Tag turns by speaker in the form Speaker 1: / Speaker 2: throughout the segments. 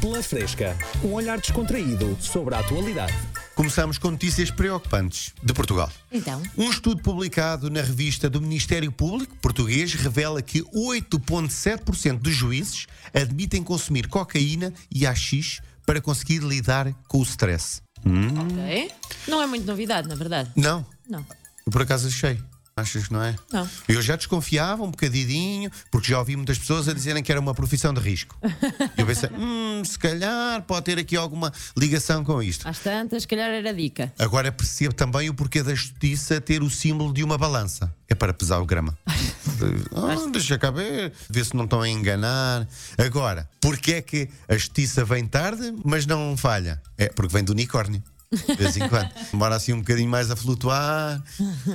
Speaker 1: Pela Fresca, um olhar descontraído sobre a atualidade.
Speaker 2: Começamos com notícias preocupantes de Portugal.
Speaker 3: Então?
Speaker 2: Um estudo publicado na revista do Ministério Público português revela que 8,7% dos juízes admitem consumir cocaína e AX para conseguir lidar com o stress.
Speaker 3: Ok. Não é muito novidade, na verdade.
Speaker 2: Não,
Speaker 3: Não.
Speaker 2: eu por acaso achei. Achas que não é?
Speaker 3: Não.
Speaker 2: Eu já desconfiava um bocadinho, porque já ouvi muitas pessoas a dizerem que era uma profissão de risco. Eu pensei, hum, se calhar pode ter aqui alguma ligação com isto.
Speaker 3: Às tantas, se calhar era dica.
Speaker 2: Agora percebo também o porquê da justiça ter o símbolo de uma balança. É para pesar o grama. ah, deixa cá ver, vê se não estão a enganar. Agora, porquê é que a justiça vem tarde, mas não falha? É porque vem do unicórnio. De vez em quando. Demora assim um bocadinho mais a flutuar.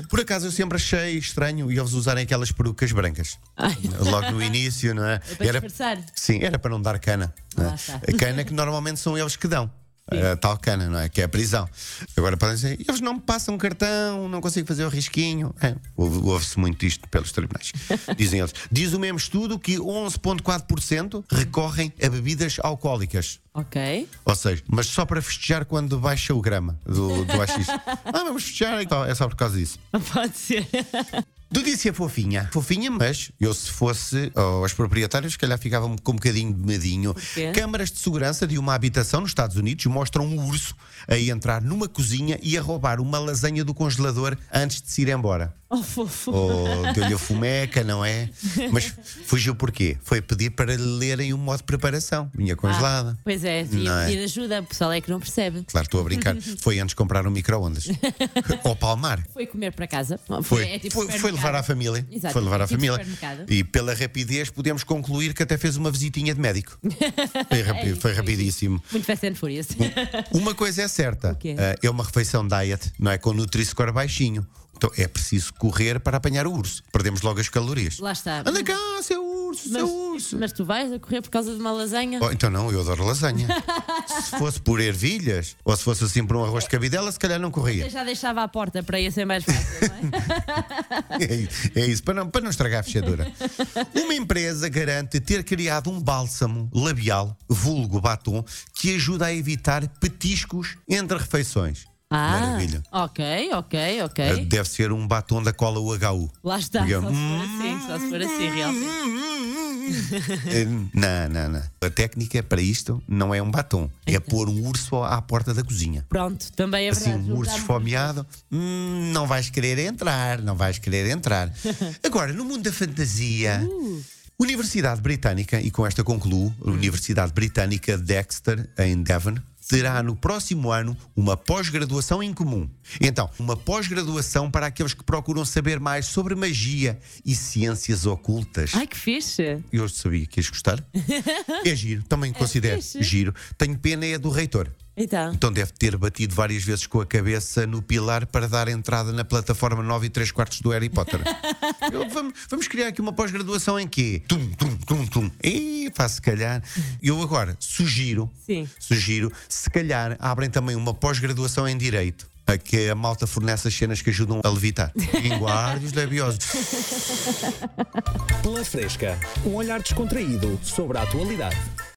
Speaker 2: Por acaso eu sempre achei estranho e eles usarem aquelas perucas brancas.
Speaker 3: Ai.
Speaker 2: Logo no início, não é?
Speaker 3: É para disfarçar.
Speaker 2: Sim, era para não dar cana.
Speaker 3: Lá
Speaker 2: né?
Speaker 3: está.
Speaker 2: A cana que normalmente são eles que dão. A tal cana, não é? Que é a prisão. Agora podem dizer, eles não me passam cartão, não consigo fazer o risquinho. É, ouve- Ouve-se muito isto pelos tribunais. Dizem eles. Diz o mesmo estudo que 11,4% recorrem a bebidas alcoólicas.
Speaker 3: Ok.
Speaker 2: Ou seja, mas só para festejar quando baixa o grama do, do AX. ah, vamos festejar e tal. É só por causa disso.
Speaker 3: Pode ser.
Speaker 2: Notícia fofinha. Fofinha, mas eu se fosse oh, aos proprietários, se calhar ficava com um bocadinho de medinho.
Speaker 3: Porquê?
Speaker 2: Câmaras de segurança de uma habitação nos Estados Unidos mostram um urso a entrar numa cozinha e a roubar uma lasanha do congelador antes de se ir embora.
Speaker 3: Oh, fofo.
Speaker 2: Oh, deu-lhe a fumeca, não é? Mas fugiu porquê? Foi pedir para lhe lerem o modo de preparação. Vinha congelada.
Speaker 3: Pois é, devia
Speaker 2: Não é?
Speaker 3: pedir ajuda. O pessoal é que não percebe.
Speaker 2: Claro, estou a brincar. Foi antes comprar um micro-ondas. Ou palmar.
Speaker 3: Foi comer para casa. Foi,
Speaker 2: Foi,
Speaker 3: é tipo
Speaker 2: foi, foi levar à
Speaker 3: supermercado.
Speaker 2: família.
Speaker 3: Exato,
Speaker 2: Foi levar
Speaker 3: é
Speaker 2: à
Speaker 3: tipo
Speaker 2: família.
Speaker 3: supermercado.
Speaker 2: E pela rapidez podemos concluir que até fez uma visitinha de médico. Foi,
Speaker 3: É
Speaker 2: rapi- foi rapidíssimo.
Speaker 3: Muito Fast and Furious.
Speaker 2: Uma coisa é certa:
Speaker 3: quê?
Speaker 2: eh, é uma refeição diet, não é? Com Nutri-Score baixinho. Então é preciso correr para apanhar o urso. Perdemos logo as calorias.
Speaker 3: Lá está.
Speaker 2: Anda cá, seu urso, seu urso.
Speaker 3: Mas tu vais a correr por causa de uma lasanha?
Speaker 2: Oh, então não, eu adoro lasanha. se fosse por ervilhas, ou se fosse assim por um arroz de cabidela, se calhar não corria.
Speaker 3: Eu já deixava à porta para ia ser mais fácil, não é?
Speaker 2: É isso, é isso, para não, para não estragar a fechadura. Uma empresa garante ter criado um bálsamo labial, vulgo batom, que ajuda a evitar petiscos entre refeições.
Speaker 3: Ah,
Speaker 2: Maravilha.
Speaker 3: ok, ok, ok.
Speaker 2: Deve ser um batom da cola UHU.
Speaker 3: Lá está,
Speaker 2: Digamos,
Speaker 3: só se for assim, só se for assim, realmente.
Speaker 2: Eh, não, não, não. A técnica para isto não é um batom, é pôr um urso à porta da cozinha.
Speaker 3: Pronto, também é
Speaker 2: assim,
Speaker 3: verdade.
Speaker 2: um urso
Speaker 3: juntámos-
Speaker 2: esfomeado, hum, não vais querer entrar, não vais querer entrar. Agora, no mundo da fantasia.
Speaker 3: Uh.
Speaker 2: Universidade Britânica, e com esta concluo, a Universidade Britânica de Dexter, em Devon, terá no próximo ano uma pós-graduação em comum. Então, uma pós-graduação para aqueles que procuram saber mais sobre magia e ciências ocultas.
Speaker 3: Ai, que fixe.
Speaker 2: Eu sabia que ias gostar. É giro, também considero
Speaker 3: fixe.
Speaker 2: giro. Tenho pena é do reitor.
Speaker 3: Então,
Speaker 2: Então deve ter batido várias vezes com a cabeça no pilar para dar entrada na plataforma 9 e 3 quartos do Harry Potter. Eu- vamos, vamos criar aqui uma pós-graduação em quê? Tum, tum, tum, tum. E pá, se calhar. Eu agora sugiro,
Speaker 3: Sim.
Speaker 2: sugiro, se calhar abrem também uma pós-graduação em Direito. A que a malta fornece as cenas que ajudam a levitar. Linguários labiosos.
Speaker 1: Pela Fresca, um olhar descontraído sobre a atualidade.